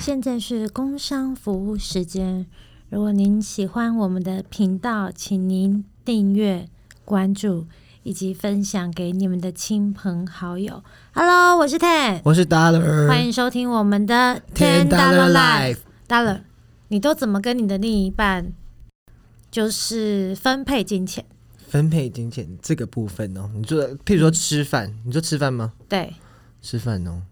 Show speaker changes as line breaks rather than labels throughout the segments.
现在是工商服务时间。如果您喜欢我们的频道，请您订阅、关注以及分享给你们的亲朋好友。Hello，我是 Ten，
我是 Dollar，
欢迎收听我们的
Ten Dollar Life。
Dollar，你都怎么跟你的另一半就是分配金钱？
分配金钱这个部分哦，你说，譬如说吃饭，你说吃饭吗？
对，
吃饭哦，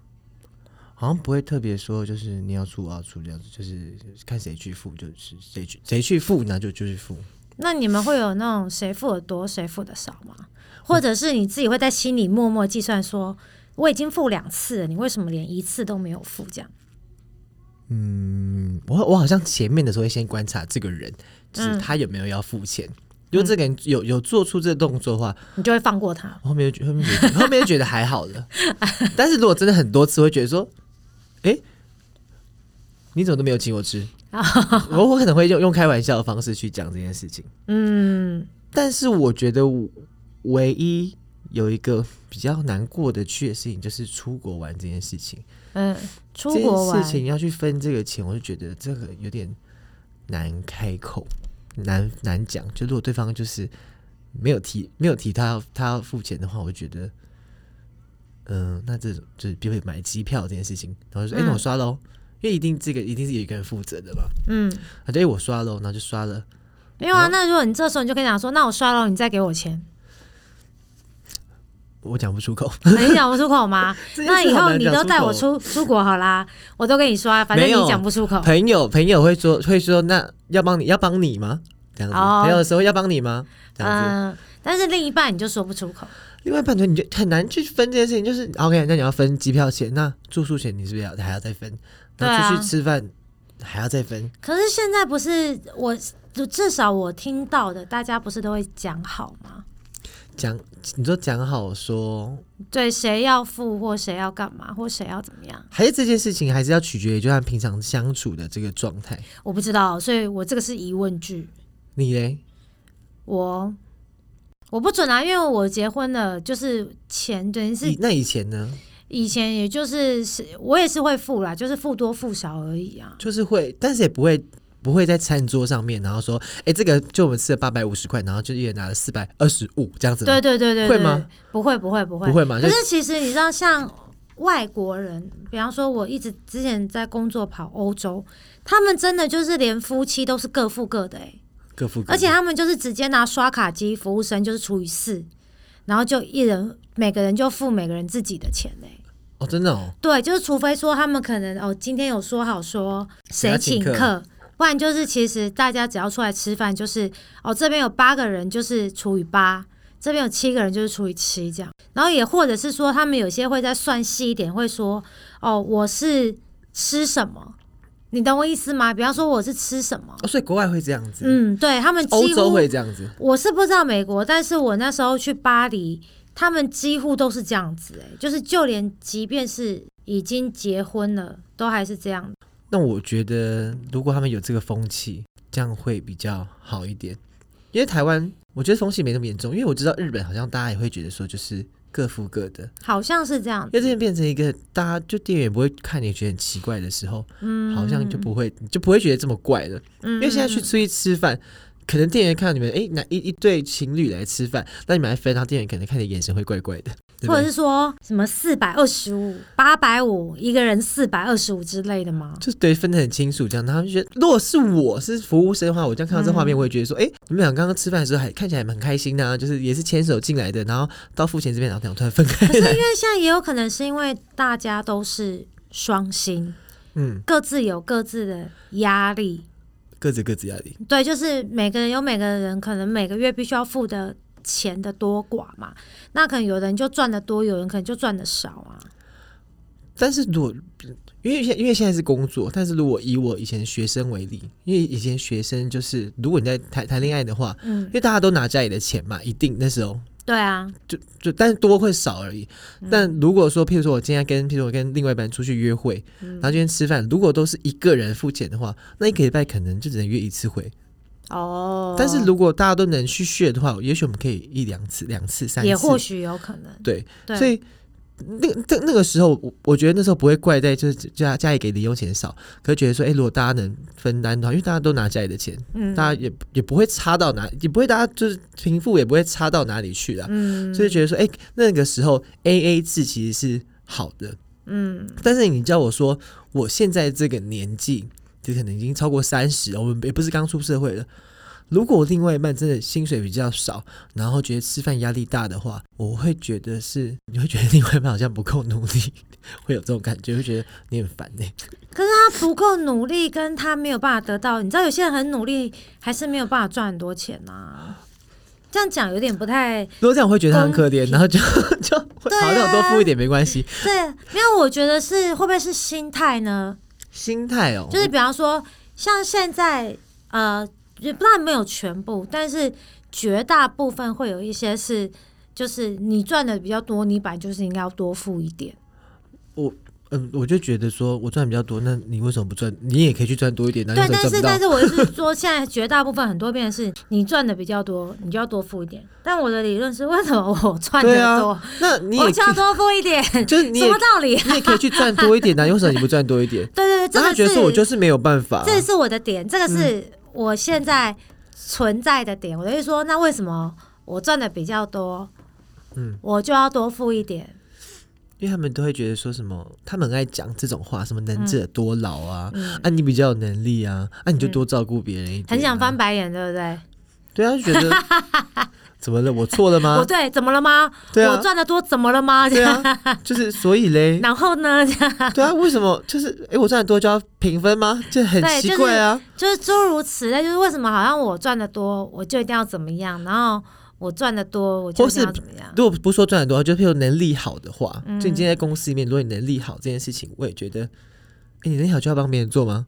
好像不会特别说，就是你要出我要出这样子，就是看谁去付，就是谁去谁去付，那就就去付。
那你们会有那种谁付的多，谁付的少吗？或者是你自己会在心里默默计算说，我已经付两次了，你为什么连一次都没有付？这样，
嗯，我我好像前面的时候会先观察这个人，就是他有没有要付钱。如果这个人有有做出这个动作的话，
你就会放过他。
后面就觉后面就觉得 后面就觉得还好了。但是如果真的很多次，会觉得说，哎、你怎么都没有请我吃？我我可能会用用开玩笑的方式去讲这件事情。
嗯，
但是我觉得我唯一有一个比较难过得去的事情，就是出国玩这件事情。
嗯，出国
这件
玩
事，情要去分这个钱，我就觉得这个有点难开口，难难讲。就如果对方就是没有提没有提他要他要付钱的话，我就觉得，嗯、那这种就是比如买机票这件事情，然后就说哎、诶那我刷喽，因为一定这个一定是有一个人负责的嘛。
嗯，
他就哎、诶我刷喽，然后就刷了。
没有啊。那如果你这时候你就跟他讲说，那我刷了，你再给我 钱，
我讲不出口，
你讲不出口吗？
这件
那
事
以
好
后
难
你
讲
都
出
带我
口
出出国好啦，我都跟你说啊，反正
没有
你讲不出口。
朋友朋友会说会说，那要帮你要帮你吗？这样子，
哦
朋友的时候要帮你吗？这样子，
嗯，但是另一半你就说不出口。
另外半途你就很难去分这件事情，就是 OK，那你要分机票钱，那住宿钱你是不是要还要再分？
对啊
那出去吃饭还要再分，
可是现在不是我，就至少我听到的，大家不是都会讲好吗？
讲你说讲好说，
对，谁要付或谁要干嘛或谁要怎么样，
还是这件事情还是要取决于就他平常相处的这个状态。
我不知道，所以我这个是疑问句。
你嘞？
我我不准啊，因为我结婚了，就是钱等于是
以那以前呢，
以前也就是是我也是会付啦，就是付多付少而已啊。
就是会，但是也不会。不会在餐桌上面，然后说，哎、这个就我们吃了八百五十块，然后就一人拿了四百二十五这样子吗。
对对对对，
会
对
吗？
不会不会不会
不会嘛？
可
就是
其实你知道，像外国人，比方说，我一直之前在工作跑欧洲，他们真的就是连夫妻都是各付各的、欸，
各付各的，
而且他们就是直接拿刷卡机，服务生就是除以四，然后就一人每个人就付每个人自己的钱、欸，
哦，真的哦，
对，就是除非说他们可能哦，今天有说好说
谁
谁
要
请
请客
客，不然就是其实大家只要出来吃饭，就是哦这边有八个人就是除以八，这边有七个人就是除以七这样。然后也或者是说他们有些会再算细一点，会说哦我是吃什么，你懂我意思吗？比方说我是吃什么，
哦，所以国外会这样子，
嗯，对他们
欧
几
洲
乎
会这样子，
我是不知道美国，但是我那时候去巴黎，他们几乎都是这样子、欸，就是就连即便是已经结婚了，都还是这样。
那我觉得，如果他们有这个风气，这样会比较好一点。因为台湾，我觉得风气没那么严重，因为我知道日本好像大家也会觉得说，就是各付各的。
好像是这样
因为这边变成一个大家就店员也不会看你觉得很奇怪的时候，
嗯，
好像就不会就不会觉得这么怪了。
因
因为现在去出去吃饭，可能店员看到你们哎，那、一一对情侣来吃饭，那你们来分，然后店员可能看你的眼神会怪怪的，对
嗯
不
或者
对？
是说什么四百二十五、八百五，一个人四百二十五之类的吗？
就是对分得很清楚，这样，然后他们就觉得，如果是我是服务生的话，我这样看到这画面，我也觉得说，哎、你们俩刚刚吃饭的时候还看起来蛮开心的、啊，就是也是牵手进来的，然后到付钱这边，然后两突然分开来，
因为现在也有可能是因为大家都是双薪，
嗯，
各自有各自的压力，
各自各自压力，
对，就是每个人有每个人可能每个月必须要付的钱的多寡嘛。那可能有人就赚的多，有人可能就赚的少啊。
但是如果因为现因为现在是工作，但是如果以我以前学生为例，因为以前学生就是如果你在谈谈恋爱的话，
嗯
因，为大家都拿家里的钱嘛，一定那时候
对啊，
就就但是多会少而已。但如果说，譬如说我今天跟譬如我跟另外一半出去约会，然后今天吃饭，如果都是一个人付钱的话，那一个礼拜可能就只能约一次会。
哦，
但是如果大家都能去 share 的话，也许我们可以一两次、两次、三次，
也或许有可能，
对，
对，
所以那个那那个时候，我我觉得那时候不会怪在就是家家里给零用钱少，可是觉得说，哎、如果大家能分担的话，因为大家都拿家里的钱，
嗯
大家也也不会差到哪，也不会大家就是贫富也不会差到哪里去啦。
嗯
所以觉得说，哎、那个时候 A A 制其实是好的，
嗯
但是你叫我说，我现在这个年纪，就可能已经超过三十，我们也不是刚出社会了。如果我另外一半真的薪水比较少，然后觉得吃饭压力大的话，我会觉得是你会觉得另外一半好像不够努力， 会有这种感觉，会觉得你很烦呢、欸
他不够努力，跟他没有办法得到，你知道有些人很努力，还是没有办法赚很多钱呐、这样讲有点不太
如果这样，我会觉得他很可怜，然后就 就会
嗯对啊
好，那我多付一点没关系。
对，没有，我觉得是会不会是心态呢？
心态哦，
就是比方说，像现在呃，也不知道有没有全部，但是绝大部分会有一些是，就是你赚的比较多，你本来就是应该要多付一点。
嗯，我就觉得说我赚比较多，那你为什么不赚？你也可以去赚多一点，那你
对
为，什
但
么赚
是
不到
但？是我是说，现在绝大部分很多变成是你赚的比较多，你就要多付一点。但我的理论是，为什么我赚的
对啊
多，
那你也
我
可
就要多付一点？
以就是 你
什
也
么道理？
你也可以去赚多一点啊，为什么你不赚多一点？
对对对，这
然
个
后他觉得
是
说我就是没有办法、啊
这是我的点，这
嗯
个是我现在存在的点。我的意思说，那为什么我赚的比较多，
嗯，
我就要多付一点？
因为他们都会觉得说什么，他们很爱讲这种话，什么能者多劳啊，
嗯，
啊你比较有能力啊，啊你就多照顾别人一点、啊
很想，翻白眼，对不对？
对啊，就觉 得怎么了？我错了
我
吗？
对，怎么了吗？
啊对
我
啊，
赚的多，怎么了吗？
对啊，就是所以嘞，
然后呢，
对啊，为什么就是哎、诶我赚的多就要平分吗？这很
对
奇
就是
怪啊，
就是诸如此类，就是为什么好像我赚的多，我就一定要怎么样，然后我赚的多，我就一定要
或是
怎么样？
如果不说赚的多，就譬如能力好的话，
嗯
就你今天在公司里面，如果你能力好这件事情，我也觉得，哎、你能力好就要帮别人做吗？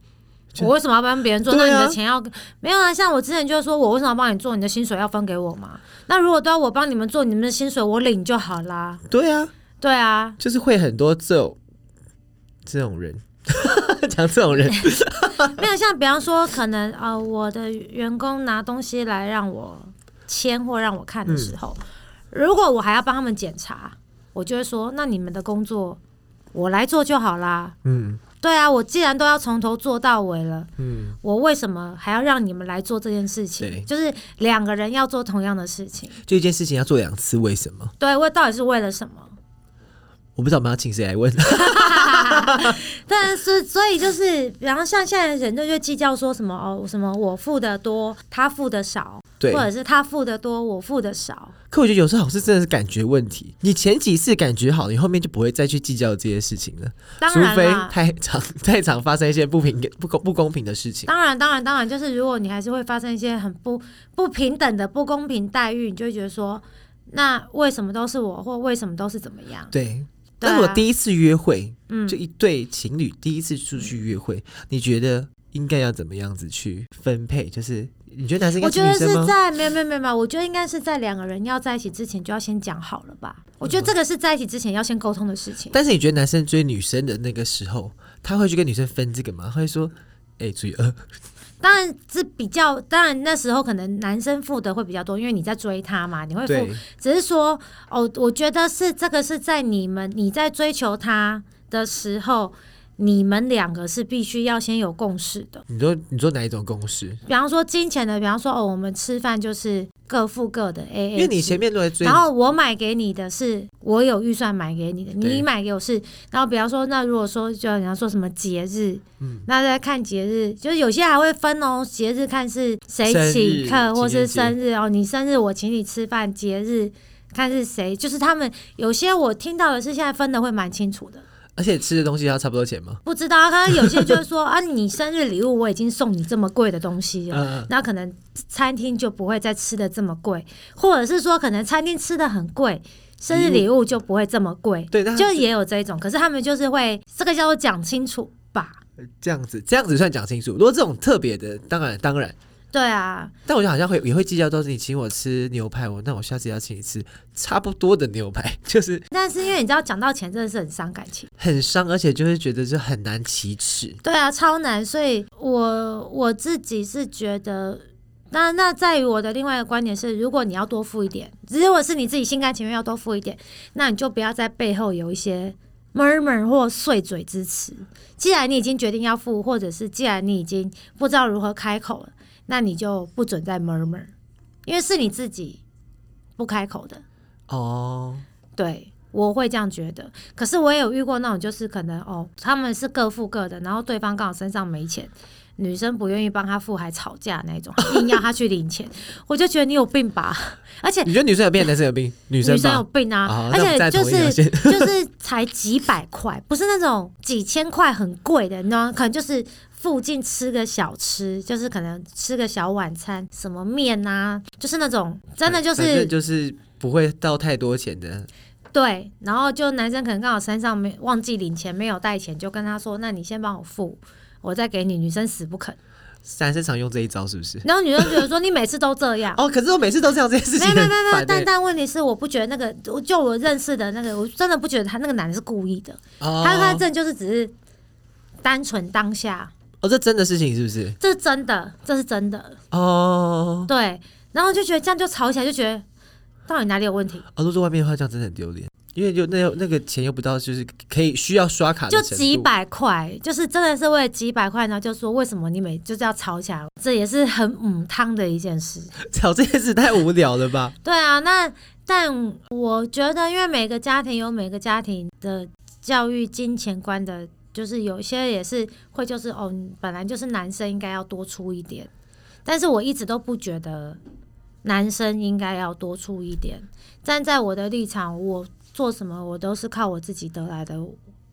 就
我为什么要帮别人做？那
对
你
啊
的钱要没有啊？像我之前就说，我为什么要帮你做？你的薪水要分给我嘛？那如果都要我帮你们做，你们的薪水我领就好啦。
对啊，
对啊，
就是会很多这种这种人， 讲这种人，
没有像比方说，可能呃，我的员工拿东西来让我签或让我看的时
嗯
候，如果我还要帮他们检查，我就会说，那你们的工作我来做就好啦。
嗯
对啊，我既然都要从头做到尾了，
嗯，
我为什么还要让你们来做这件事
对
情？就是两个人要做同样的事情。
就一件事情要做两次，为什么？
对，为到底是为了什么？
我不知道我们要请谁 来问，
但是所以就是，然后像现在人就就计较说什么哦，什么我付的多，他付的少，
对
或。者是他付的多，我付的少。
可我觉得有时候好像是真的是感觉问题，你前几次感觉好，你后面就不会再去计较这些事情了，
当
除
然
非
啦，
太常 太常发生一些不平不公不公平的事情。
当然，当然，当然，就是如果你还是会发生一些很不不平等的不公平待遇，你就会觉得说，那为什么都是我，或为什么都是怎么样？
对，
对啊
但我第一次约会，
嗯
就一对情侣第一次出去约会，你觉得应该要怎么样子去分配？就是你觉得男生应
我
该
觉
请女
得
生
是
吗？
在没有没有没有没有，我觉得应该是在两个人要在一起之前就要先讲好了吧。我
嗯
觉得这个是在一起之前要先沟通的事情。
但是你觉得男生追女生的那个时候，他会去跟女生分这个吗？他会说，哎、注意二，
当然是比较，当然那时候可能男生付的会比较多，因为你在追他嘛，你会付。
对，
只是说，哦，我觉得是这个是在你们你在追求他的时候，你们两个是必须要先有共识的。
你说你说哪一种公式？
比方说金钱的，比方说哦，我们吃饭就是各付各的 A A，
因为你前面都在追，
然后我买给你的是我有预算买给你的，
对
你买给我是，然后比方说，那如果说就人家说什么节日，
嗯
那再看节日，就是有些还会分哦，节日看是谁
生日
请客或是
情人
生日哦，你生日我请你吃饭，节日看是谁，就是他们有些我听到的是现在分的会蛮清楚的。
而且吃的东西要差不多钱吗？
不知道，可能有些就是 说啊，你生日礼物我已经送你这么贵的东西了，
嗯、嗯
那可能餐厅就不会再吃的这么贵，或者是说可能餐厅吃的很贵，生日礼物就不会这么贵，
对，那他
就也有这一种。可是他们就是会这个叫做讲清楚吧？
这样子，这样子算讲清楚。如果这种特别的，当然当然，
对啊，
但我就好像会也会计较到是你请我吃牛排，我那我下次也要请你吃差不多的牛排， 就是
但是因为你知道讲到钱真的是很伤感情，
很伤，而且就会觉得就很难启齿。
对啊，超难。所以我我自己是觉得那那在于我的另外一个观点是，如果你要多付一点，如果是你自己心甘情愿要多付一点，那你就不要在背后有一些 murmur 或碎嘴之词。既然你已经决定要付，或者是既然你已经不知道如何开口了，那你就不准再 murmur，因为是你自己不开口的。
哦，
对，我会这样觉得。可是我也有遇过那种，就是可能哦，他们是各付各的，然后对方刚好身上没钱，女生不愿意帮他付，还吵架那 种，硬要他去领钱，我就觉得你有病吧。 而且
你觉得女生有病，男生有病？女生
女
吧
生有病啊，
啊
而
那我们
且
再
就
同一条
是
线
就是才几百块，不是那种几千块很贵的，你知道吗，可能就是。附近吃个小吃，就是可能吃个小晚餐，什么面啊，就是那种真的 就
反
是
正就是不会到太多钱的，
对，然后就男生可能刚好身上没忘记领钱，没有带钱，就跟他说：“那你先帮我付，我再给你。”女生死不 肯，
男生常用这一招 是不是？
然后女生觉得说：“你每次都这样。”
哦，可是我每次都这样，这件事
没有
情很
没有没有没有，
烦
但
欸
但问题是，我不觉得那个，我就我认识的那个，我真的不觉得他那个男的是故意的，
哦
他他真的就是只是单纯当下，
哦，这真的事情是不是？
这是真的，这是真的，
哦，
对，然后就觉得这样就吵起来，就觉得到底哪里有问题，
哦，如果在外面的话，这样真的很丢脸，因为就那那个钱又不到，就是可以需要刷卡的
就
程
几
度，
百块，就是真的是为了几百块，然后就说为什么你每就是要吵起来，这也是很母汤的一件事。
吵这件事太无聊了吧？
对啊，那但我觉得，因为每个家庭有每个家庭的教育金钱观的，就是有些也是会就是哦，你本来就是男生应该要多出一点，但是我一直都不觉得男生应该要多出一点。站在我的立场，我做什么我都是靠我自己得来的，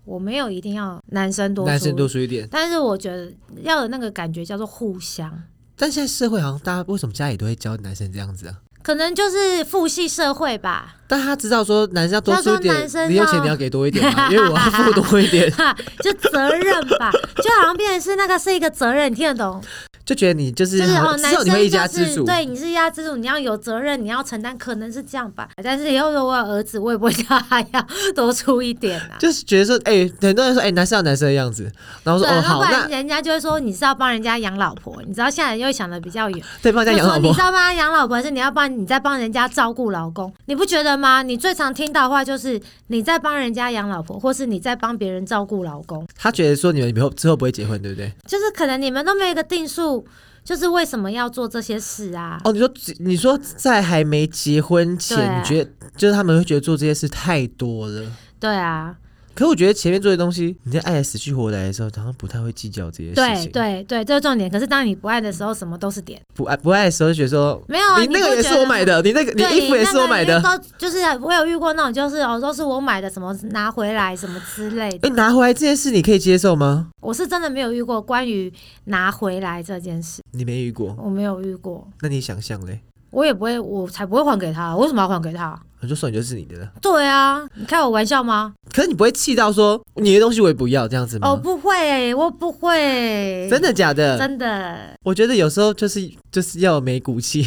我没有一定要男生多出。
男生多出一点，
但是我觉得要的那个感觉叫做互相，
但现在社会好像大家为什么家里都会教男生这样子啊？
可能就是父系社会吧。
但他知道说男生要多出一
他说男
点
生，要
你有钱你要给多一点 嘛，因为我要付多一点，
哈，就责任吧，就好像变成是那个是一个责任，你听得懂？
就觉得你就是
就是
好
哦，
像
男
至少
生
你
就
会
是
一家之主，
对，你是一家之主，你要有责任，你要承担，可能是这样吧。但是以后如果我有儿子，我也不会叫他要多出一点啊。
就是觉得说，哎，很多人说，哎，男生要男生的样子，然后
对，
说，哦，
要
好，
不然
那
人家就会说你是要帮人家养老婆，你知道现在人就会想的比较远，
对方
就
家养
说
老
你
婆
是，要帮他养老婆，还是你要帮你在帮人家照顾老公？你不觉得吗？你最常听到的话就是你在帮人家养老婆，或是你在帮别人照顾老公。
他觉得说你们以后之后不会结婚，对不对？
就是可能你们都没有一个定数，就是为什么要做这些事啊？
哦，你说你说在还没结婚
对
前，
啊
你觉得就是他们会觉得做这些事太多了。
对啊，
可我觉得前面做的东西，你在爱得死去活来的时候，好像不太会计较这些事
对
情。，
对对，这是重点。可是当你不爱的时候，什么都是点。
不爱不爱的时候就觉得说，
没有啊，
你那个
不
也
觉
是
得
我买的，你那个
对。
你衣服也是我买的
那，个因为都就是我有遇过那种，就是哦都是我买的，什么拿回来什么之类的。
哎、拿回来这件事你可以接受吗？
我是真的没有遇过关于拿回来这件事，
你没遇过，
我没有遇过，
那你想象嘞？
我也不会，我才不会还给他，我为什么要还给他？
我就说你就是你的了，
对啊，你开我玩笑吗？
可是你不会气到说你的东西我也不要这样子吗？
哦，不会，我不会，
真的假的？
真的。
我觉得有时候就是就是要有没骨气，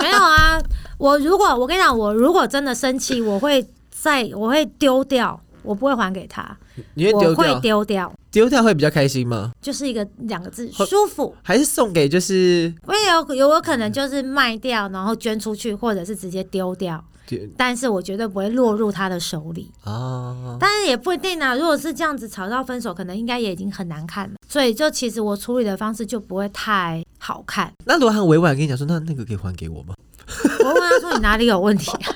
没有啊，我如果我跟你讲，我如果真的生气，我会在我会丢掉，我不会还给他，
你会
我
丢
会
掉，
丢掉，
丢掉会比较开心吗？
就是一个两个字
会
舒服。
还是送给就是
我也有有我可能就是卖掉，然后捐出去，或者是直接丢掉，
丢
但是我绝对不会落入他的手里。
哦，
但是也不一定啊，如果是这样子吵到分手，可能应该也已经很难看了。所以就其实我处理的方式就不会太好看。
那罗汉委婉跟你讲说，那那个可以还给我吗？
我问他说：“你哪里有问题、啊？”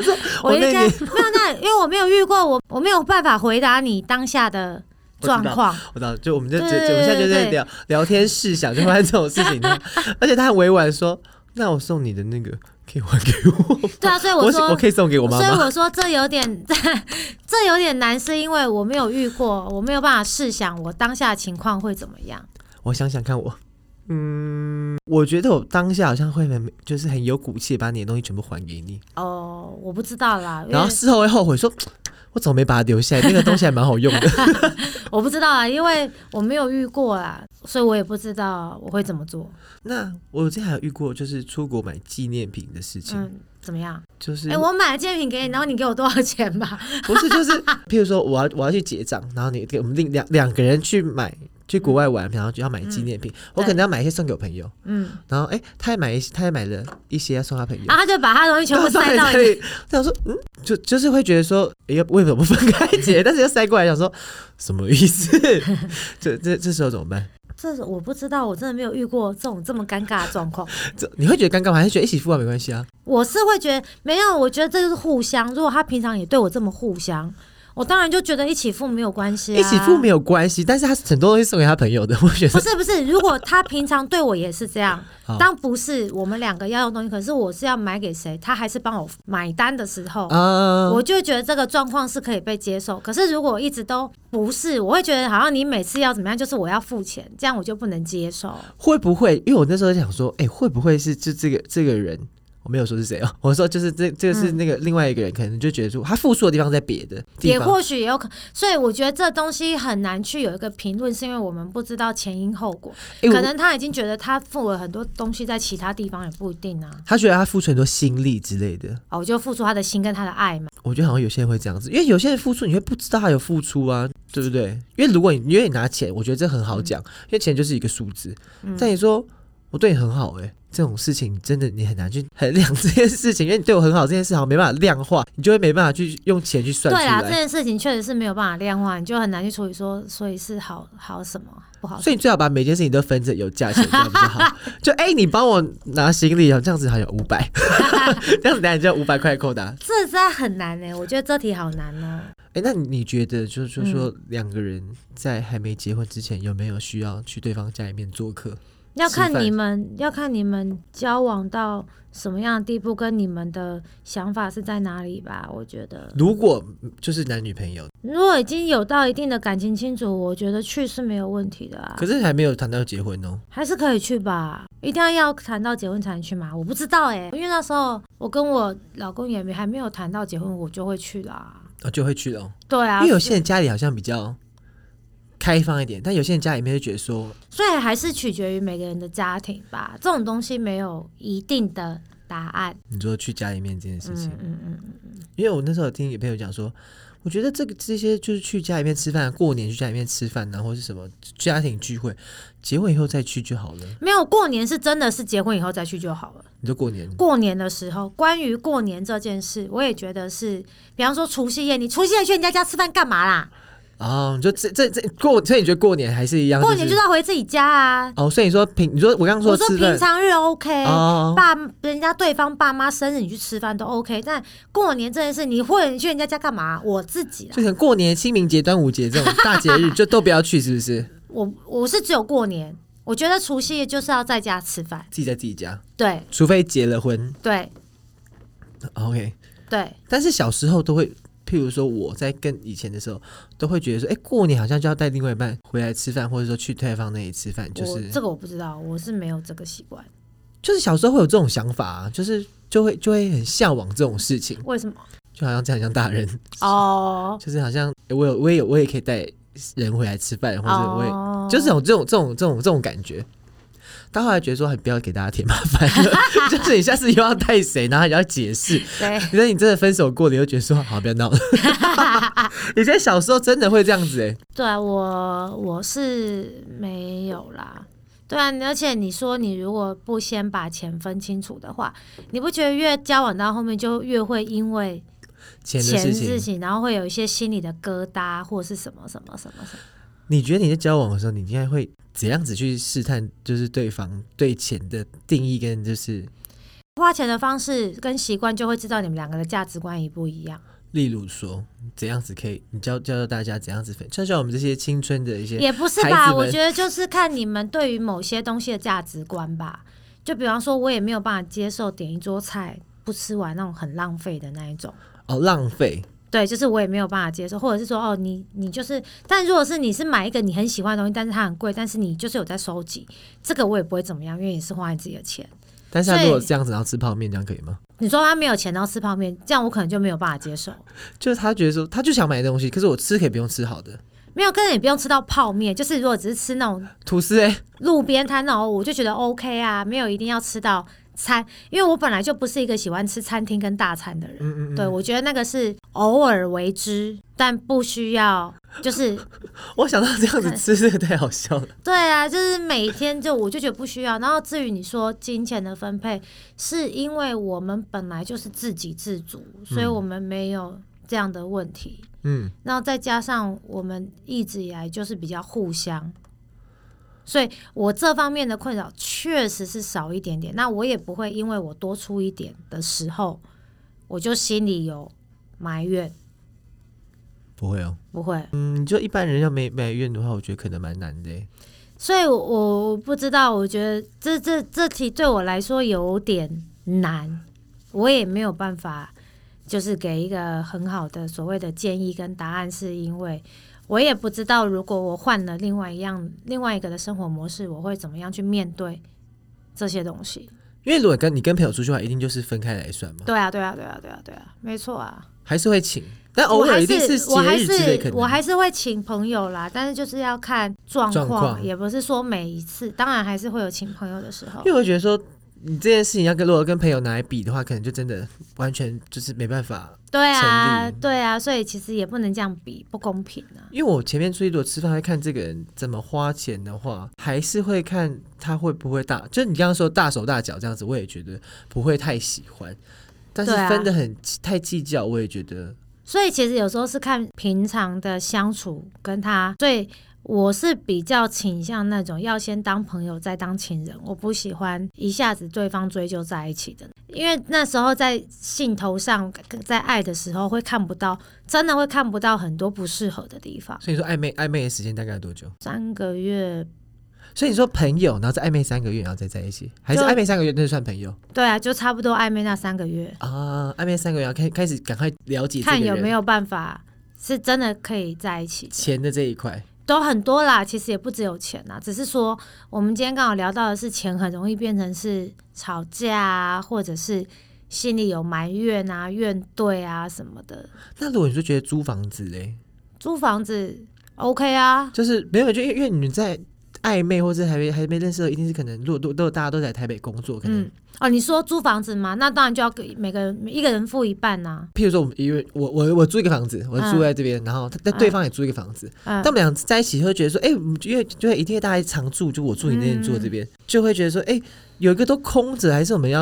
我
我
应
那
该没
年
有那，因为我没有遇过，我我没有办法回答你当下的状况。
我知道，就我们就就
对
就
对
我们现在就
对
在
对
聊聊天试想，就发生这种事情 呢。而且他很委婉说，那我送你的那个可以还给我吗？
对啊，所以
我
我
是
说，
我可以送给我妈
所以
妈。
我说这有点这有点难，是因为我没有遇过，我没有办法试想我当下的情况会怎么样。
我想想看我，嗯，我觉得我当下好像会很就是很有骨气，把你的东西全部还给你，
哦，我不知道啦，因
然
为
后事后会后悔说，我怎么没把它留下来？那个东西还蛮好用的。
我不知道啊，因为我没有遇过啦，所以我也不知道我会怎么做。
那我之前还有遇过，就是出国买纪念品的事情，
嗯，怎么样？
就是
哎、我买了纪念品给你，然后你给我多少钱 吧？
不是，就是譬如说我要我要去结账，然后你给我们另两两个人去买去国外玩，然后就要买纪念品，我可能要买一些送给我朋友，
嗯，
然后哎、他也买一些，他也买了一些要送他朋友。
然后他就把他的东西全 部塞到
那
你，
里，他想说，嗯，就就是会觉得说，哎、呀，为什么不分开结？但是又塞过来，想说什么意 思？这这这时候怎么办？
这是我不知道，我真的没有遇过这种这么尴尬的状况。
这你会觉得尴尬吗？还是觉得一起付啊没关系啊？
我是会觉得没有，我觉得这就是互相。如果他平常也对我这么互相，我当然就觉得一起付没有关系、啊，
一起付没有关系，但是他很多东西送给他朋友的，我觉
不
得
是不是，如果他平常对我也是这样
好，
当不是我们两个要用东西，可是我是要买给谁，他还是帮我买单的时候，
啊，
我就会觉得这个状况是可以被接受。可是如果一直都不是，我会觉得好像你每次要怎么样，就是我要付钱，这样我就不能接受。
会不会？因为我那时候想说，哎、会不会是就这个这个人？我没有说是谁哦， 我说就是这这个是那个另外一个人，可能就觉得说他付出的地方在别的地
嗯也
方，
或许也有可，所以我觉得这东西很难去有一个评论，是因为我们不知道前因后果。
哎我
可能他已经觉得他付了很多东西在其他地方也不一定啊，
他觉得他付出很多心力之类的。
哦，我就付出他的心跟他的爱嘛。
我觉得好像有些人会这样子，因为有些人付出，你会不知道他有付出啊，对不对？因为如果你因为你拿钱，我觉得这很好
嗯
讲，因为钱就是一个数字。但你说我对你很好、欸，这种事情真的你很难去 衡量这件事情，因为你对我很好这件事好像没办法量化，你就会没办法去用钱去算
对
出
啦，这
来。
件事情确实是没有办法量化，你就很难去处理说，所以是好好什么不好什
所以你最好把每件事情都分着有价钱，这样比较 好。就哎、欸你帮我拿行李啊，这样子还有五百，这样子等下你就五百块扣的啊、
么，这实在很难呢、欸我觉得这题好难哦、
哎、那你觉得就是说
嗯
说两个人在还没结婚之前，有没有需要去对方家里面做客？
要看
吃饭
你们要看你们交往到什么样的地步，跟你们的想法是在哪里吧。我觉得，
如果就是男女朋友，
如果已经有到一定的感情基础，我觉得去是没有问题的啊，
可是还没有谈到结婚哦。
还是可以去吧。一定要要谈到结婚才能去吗？我不知道哎、因为那时候我跟我老公也没还没有谈到结婚，我就会去啦。
啊，就会去了哦、
对啊，
因为有些人家里好像比较开放一点，但有些人家里面就觉得说，
所以还是取决于每个人的家庭吧，这种东西没有一定的答案。
你说去家里面这件事情，
嗯嗯嗯，
因为我那时候有听有朋友讲说，我觉得这个这些就是去家里面吃饭，过年去家里面吃饭，然后是什么家庭聚会，结婚以后再去就好了。
没有过年是真的是结婚以后再去就好了。
你说过年
过年的时候，关于过年这件事，我也觉得是，比方说除夕夜，你除夕夜去人家家吃饭干嘛啦？
哦，你说这这这过，所以你觉得过年还是一样？
过年就是是要回自己家啊。
哦，所以你说平，你说我刚刚
我说
吃
平
饭
常哎日 OK，、
哦，
爸人家对方爸妈生日你去吃饭都 OK，但过年这件事，你或者你去人家家干嘛？我自己啦
就，可能过年、清明节、端午节这种大节日 就都不要去，是不是？
我我是只有过年，我觉得除夕夜就是要在家吃饭。
自己在自己家，
对
除非结了婚。
对
OK，
对，
但是小时候都会，譬如说我在跟以前的时候，都会觉得说，哎、过年好像就要带另外一半回来吃饭，或者说去对方那里吃饭，就
我
是
这个我不知道，我是没有这个习惯。
就是小时候会有这种想法、啊，就是就会就会很向往这种事情，
为什么？
就好像这样很像大 人，
哦
就是好像、诶我有我也有我也可以带人回来吃饭，或者我也
哦，
就是有这种这种这种这种感觉。到后来觉得说，还不要给大家添麻烦了， 就是你下次又要带谁，然后也要解释。
对，
你说你真的分手过了，你又觉得说，好，不要闹 了。以前小时候真的会这样子哎、
对啊我我是没有啦。对啊，而且你说你如果不先把钱分清楚的话，你不觉得越交往到后面就越会因为
钱的
钱
事
的
情
事。情，然后会有一些心理的疙瘩或是什么什么什么什么？
你觉得你在交往的时候，你应该会怎样子去试探，就是对方对钱的定义跟就是，
花钱的方式跟习惯就会知道你们两个的价值观一不一样。
例如说怎样子可以，你教教教大家怎样子分，教教我们这些青春的一些
也不是
孩
吧？
子们
我觉得就是看你们对于某些东西的价值观吧。就比方说，我也没有办法接受点一桌菜不吃完那种很浪费的那一种。
哦浪费。
对，就是我也没有办法接受，或者是说，哦，你你就是，但如果是你是买一个你很喜欢的东西，但是它很贵，但是你就是有在收集，这个我也不会怎么样，因为你是花你自己的钱。
但是他
所以
如果这样子，然后吃泡面，这样可以吗？
你说他没有钱然后吃泡面，这样我可能就没有办法接受。
就是他觉得说，他就想买东西，可是我吃可以不用吃好的
没有，跟人也不用吃到泡面，就是如果只是吃那种
吐司哎、
路边摊那种，我就觉得 OK 啊，没有一定要吃到餐，因为我本来就不是一个喜欢吃餐厅跟大餐的人。
嗯嗯嗯，
对，我觉得那个是偶尔为之，但不需要，就是
我想到这样子吃，这个太好笑了。
对啊，就是每天就我就觉得不需要。然后至于你说金钱的分配，是因为我们本来就是自给自足，所以我们没有这样的问题。
嗯，
然后再加上我们一直以来就是比较互相，所以我这方面的困扰确实是少一点点。那我也不会因为我多出一点的时候，我就心里有埋怨，
不会哦。
不会。
嗯，你就一般人要没埋怨的话，我觉得可能蛮难的欸。
所以我，我我不知道，我觉得这这这题对我来说有点难，我也没有办法，就是给一个很好的所谓的建议跟答案，是因为我也不知道，如果我换了另外一样另外一个的生活模式，我会怎么样去面对这些东西？
因为如果跟你跟朋友出去的话，一定就是分开来算嘛，
对啊，对啊，对啊，对啊，对啊，没错啊。
还是会请，但偶
我还
尔一定节
我还
日之类可
是
能。
我还是会请朋友啦，但是就是要看状
状
况，
况
也不是说每一次，当然还是会有请朋友的时候
因。为我觉得说，你这件事情要跟如果跟朋友拿来比的话，可能就真的完全就是没办法。
对啊，
成立
对啊，所以其实也不能这样比，不公平啊。
因为我前面出去如果吃饭会看这个人怎么花钱的话，还是会看他会不会大，就你刚刚说大手大脚这样子，我也觉得不会太喜欢。但是
对啊
分的很、太计较，我也觉得
所以其实有时候是看平常的相处跟他，所以我是比较倾向那种要先当朋友再当情人，我不喜欢一下子对方追究在一起的，因为那时候在兴头上，在爱的时候会看不到，真的会看不到很多不适合的地方。
所以你说暧昧暧昧的时间大概有多久？
三个月，
所以你说朋友，然后再暧昧三个月，然后再在一起，还是
就
暧昧三个月那就算朋友
对啊，就差不多暧昧那三个月，
啊？暧昧三个月，然后开开始赶快了解这
看
个
有没
人
有办法是真的可以在一起的。
钱的这一块。
都很多啦，其实也不只有钱啦，只是说我们今天刚好聊到的是钱很容易变成是吵架啊，或者是心里有埋怨啊、怨怼啊什么的。
那如果你说觉得租房子嘞，
租房子 OK 啊，
就是没有，就因为因为你们在暧昧或者还没还没认识的时候，一定是可能如果都都大家都在台北工作，可能、
嗯，哦，你说租房子嘛，那当然就要给每个人一个人付一半啊呐、
譬如说我们因为我我我租一个房子，我
嗯
住在这边，然后他但
嗯
对方也租一个房子，
嗯
但我们俩在一起会觉得说，哎、我们因为就会一定大家常住，就我住你那边，
嗯
住我这边，就会觉得说，哎、有一个都空着，还是我们要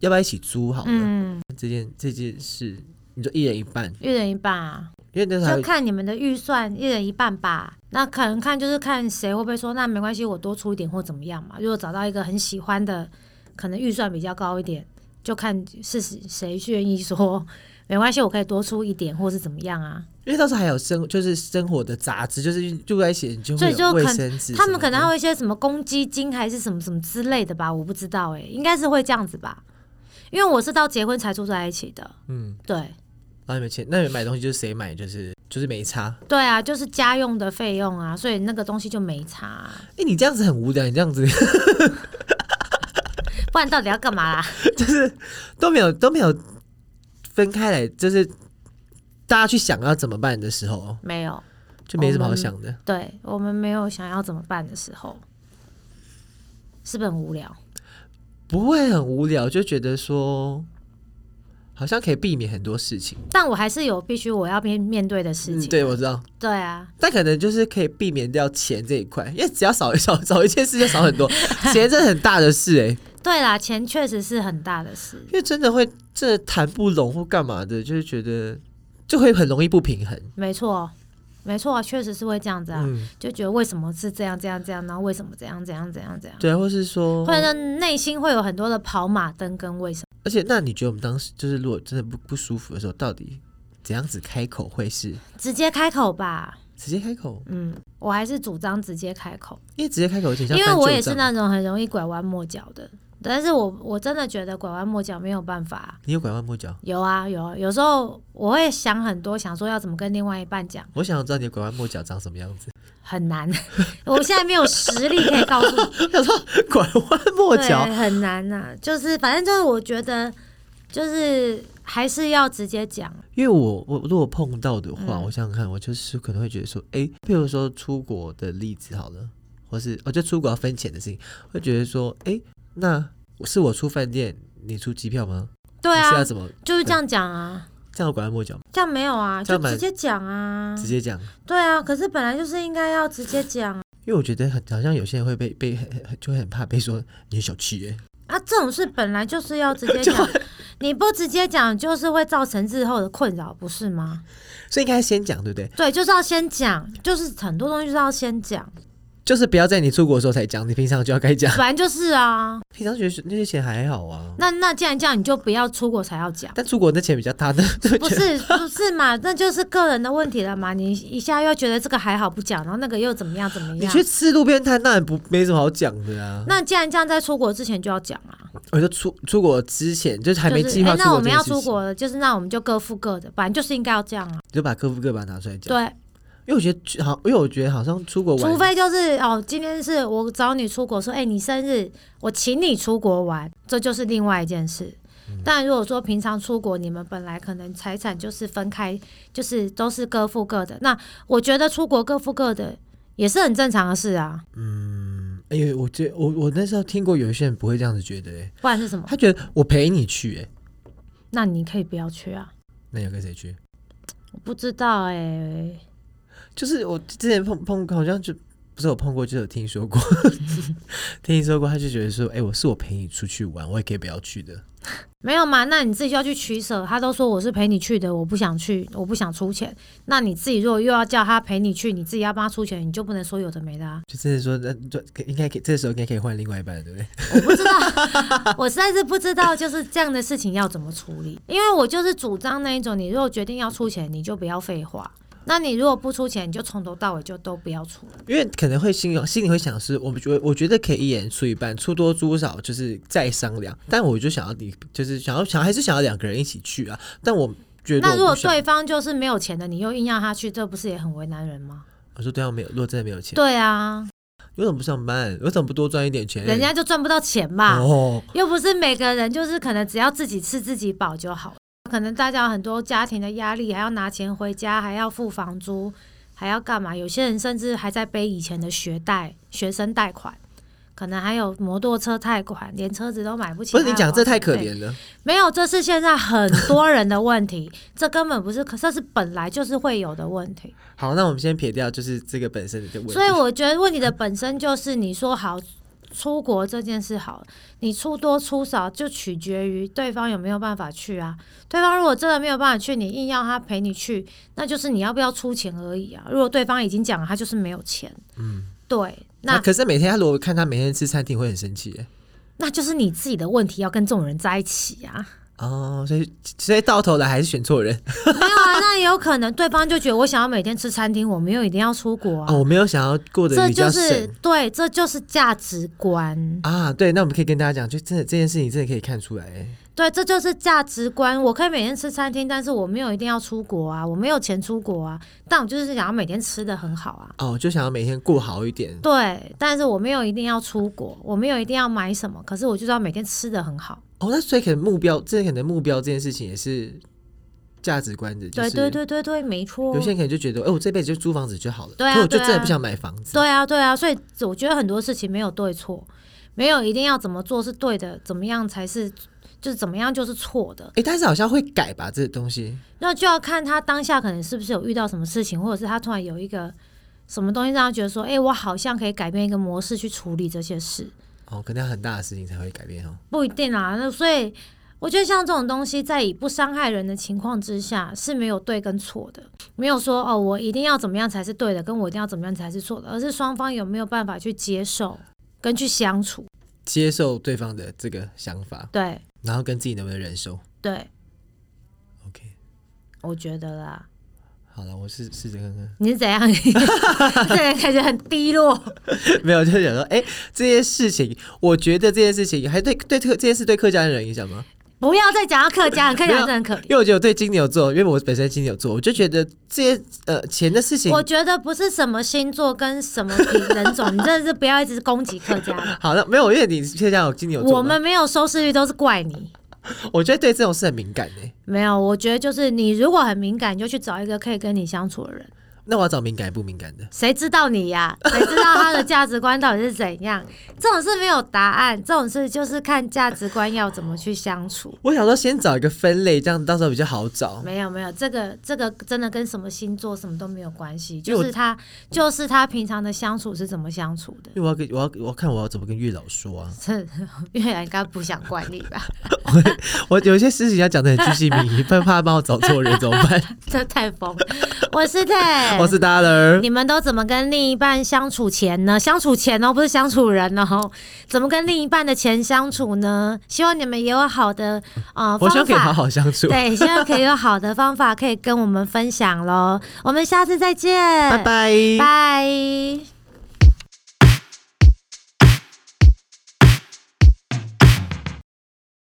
要不要一起租好了？
嗯，
这件这件事，你就一人一半，
一人一半啊，
因为那时候还
就
有
看你们的预算，一人一半吧。那可能看就是看谁会不会说，那没关系，我多出一点或怎么样嘛。如果找到一个很喜欢的，可能预算比较高一点，就看是谁愿意说没关系，我可以多出一点或是怎么样啊。
因为到时候还有生就是生活的杂志，就是住在一起你就
所
会
以就
有卫
可
生纸什么的，
他们可能还有一些什么公积金还是什么什么之类的吧，我不知道诶、应该是会这样子吧。因为我是到结婚才住在一起的，
嗯，
对
然后你们钱，那你们买东西就是谁买就是就是没差。
对啊，就是家用的费用啊，所以那个东西就没差啊、
哎、你这样子很无聊，你这样子
不然到底要干嘛啦？
都没有都没有分开来，就是大家去想要怎么办的时候，
没有。
就没什么好想的。
对我哦们没有想要怎么办的时候，是不是很无聊？
不会很无聊，就觉得说好像可以避免很多事情。
但我还是有必须我要面面对的事
嗯，
情。
对，我知道，
对啊，
但可能就是可以避免掉钱这一块，因为只要少 少少一件事就少很多， 钱真的很大的事哎、
对啦，钱确实是很大的事。
因为真的会这谈不拢或干嘛的，就是觉得就会很容易不平衡。
没错，没错，确实是会这样子啊，
嗯，
就觉得为什么是这样这样这样，然后为什么这样这样这样这样，
对啊，或是说，
会让内心会有很多的跑马灯跟为什么。
而且那你觉得我们当时就是如果真的不不舒服的时候，到底怎样子开口会是
直接开口吧，
直接开口？
嗯，我还是主张直接开口。
因为直接开口有点像
因为
翻
我
旧
也是
账
那种很容易拐弯抹角的，但是我我真的觉得拐弯抹角没有办法、
你有拐弯抹角，
有啊有啊，有时候我会想很多，想说要怎么跟另外一半讲，
我想知道你的拐弯抹角长什么样子。
很难。我现在没有实力可以告诉 你，
他说拐弯抹角，
对，很难呐、就是反正就是我觉得，就是还是要直接讲。
因为我我如果碰到的话，
嗯
我想想看，我就是可能会觉得说，哎、譬如说出哦国的例子好了，或是我觉得出国要分钱的事情，会觉得说，哎、那是我出饭店，你出机票吗？
对
你是要
啊，
怎么
就是这样讲啊，
这样拐弯抹角吗？
这样没有啊，
这
就
样蛮
直接讲啊，
直接讲，
对啊，可是本来就是应该要直接讲啊
因为我觉得很好像有些人会被被就会很怕被说你很小气耶、
啊，这种事本来就是要直接 讲，你不直接讲就是会造成日后的困扰，不是吗？
所以应该先讲，对不对？
对，就是要先讲，就是很多东西就是要先讲，
就是不要在你出国的时候才讲，你平常就要该讲。
反正就是啊。
平常觉得那些钱还好啊，
那那既然这样，你就不要出国才要 讲，
但出国那钱比较大，那就
不
觉得
是不是嘛？ 那就是个人的问题了嘛。你一下又觉得这个还好不讲，然后那个又怎么样怎么
你
样
去？吃路边摊，那也不没什么好讲的啊。
那既然这样，在出国之前就要讲啊，
我就出出国之前，就是还没
就是
计划
哎
出
那
国
我
这
们
件
要
事情，
出国了，就是那我们就各付各的，反正就是应该要这样啊。
你就把各付各把它拿出来讲。
对，啊
因为我觉得好，因为我觉得好像出国玩，
除非就是哦，今天是我找你出国，说哎、你生日，我请你出国玩，这就是另外一件事。但如果说平常出国，你们本来可能财产就是分开，就是都是各付各的，那我觉得出国各付各的也是很正常的事啊，
哎、呦，我觉我我那时候听过有一些人不会这样子觉得、欸，
不然是什么？
他觉得我陪你去、欸，
那你可以不要去啊，
那你要跟谁去？
我不知道哎、
就是我之前碰碰，好像就不是我碰过，就是有听说过， 听说过，他就觉得说，哎、我是我陪你出去玩，我也可以不要去的。
没有嘛？那你自己就要去取舍。他都说我是陪你去的，我不想去，我不想出钱。那你自己如果又要叫他陪你去，你自己要帮他出钱，你就不能说有的没的啊。
就真的说，那就应该可以，这时候应该可以换另外一半，对不对？
我不知道， 我实在是不知道，就是这样的事情要怎么处理。因为我就是主张那一种，你如果决定要出钱，你就不要废话。那你如果不出钱，你就从头到尾就都不要出。
因为可能会心有心里会想是，我们觉得我觉得可以一人出一半，出多出少就是再商量。但我就想要你，就是想要想还是想要两个人一起去啊。但我觉得
那
我
如果
不想
对方就是没有钱的，你又硬要他去，这不是也很为难人吗？
我说对啊方没有，如果真的没有钱，
对啊，
你为什么不上班？为什么不多赚一点钱？
人家就啊赚不到钱吧？
哦，
又不是每个人就是可能只要自己吃自己饱就好了。可能大家有很多家庭的压力，还要拿钱回家，还要付房租，还要干嘛？有些人甚至还在背以前的学贷、学生贷款，可能还有摩托车贷款，连车子都买不起。
不是你
还有
讲这太可
保险费
怜了。
没有，这是现在很多人的问题， 这根本不是，可这是本来就是会有的问题。
好，那我们先撇掉，就是这个本身的问题。
所以我觉得问题的本身就是你说好出国这件事好了，你出多出少就取决于对方有没有办法去啊。对方如果真的没有办法去，你硬要他陪你去，那就是你要不要出钱而已啊。如果对方已经讲了他就是没有钱，嗯，对，
那
那
可是每天他如果看他每天吃餐厅，会很生气耶。
那就是你自己的问题，要跟这种人在一起啊。
哦，所以所以到头来还是选错人
没有啊，那也有可能对方就觉得我想要每天吃餐厅，我没有一定要出国啊。
哦。我没有想要过得
这
比较
就
省、
是对，这就是价值观。
啊。对，那我们可以跟大家讲，就真的这件事情真的可以看出来欸耶。
对，这就是价值观。我可以每天吃餐厅，但是我没有一定要出国啊，我没有钱出国啊，但我就是想要每天吃的很好啊。
哦，就想要每天过好一点。
对，但是我没有一定要出国，我没有一定要买什么，可是我就是要每天吃的很好。
哦，那所以可能目标，这可能目标这件事情也是价值观的，就是
对对对对对，没错
有。些人可能就觉得，哎、我这辈子就租房子就好了，
对啊
可我就真
对
的
啊
不想买房子。
对啊，对啊，所以我觉得很多事情没有对错，没有一定要怎么做是对的，怎么样才是就是怎么样就是错的。
哎、但是好像会改吧，这东西。
那就要看他当下可能是不是有遇到什么事情，或者是他突然有一个什么东西让他觉得说，哎、我好像可以改变一个模式去处理这些事，
哦，可能要很大的事情才会改变哦。
不一定啊。那所以我觉得像这种东西，在以不伤害人的情况之下是没有对跟错的，没有说哦，我一定要怎么样才是对的，跟我一定要怎么样才是错的，而是双方有没有办法去接受跟去相处。
接受对方的这个想法，
对
然后跟自己能不能忍受。
对，
OK，
我觉得啦。
好了，我试试着看 看。
你是怎样？ 你这人感觉很低落。
没有，就想说，哎、这些事情，我觉得这件事情还对对客这件事对客家人影响吗？
不要再讲到客家 人，客家人真的很可怜
因。为我觉得我对金牛座，因为我本身金牛座，我就觉得这些呃钱的事情，
我觉得不是什么星座跟什么品人种，你真的是不要一直攻击客家人。
好了， 没有，因为你现在有金牛座嘛，
我们没有收视率都是怪你。
我觉得对这种事很敏感哎、
没有，我觉得就是你如果很敏感，你就去找一个可以跟你相处的人。
那我要找敏感不敏感的，
谁知道你呀、谁知道他的价值观到底是怎样？ 这种事没有答案，这种事就是看价值观要怎么去相处。
我想说先找一个分类，这样到时候比较好找。
没有没有，这个这个真的跟什么星座什么都没有关系，
因为
就
我
是他就是他平常的相处是怎么相处的。
因为我要跟我要我要看我要怎么跟月老说啊，
这 月亮应该不想怪你吧？
我有一些事情要讲的很居心明义，怕怕帮我找错人怎么 办？
这太疯了。我是泰，
我是 Dollar，
哎你们都怎么跟另一半相处前呢？相处前哦，不是相处人哦，怎么跟另一半的前相处呢？希望你们也有好的呃
我希
方
望可以好
法，
好相处，
对，希望可以有好的方法可以跟我们分享喽。我们下次再见，
拜拜。
拜。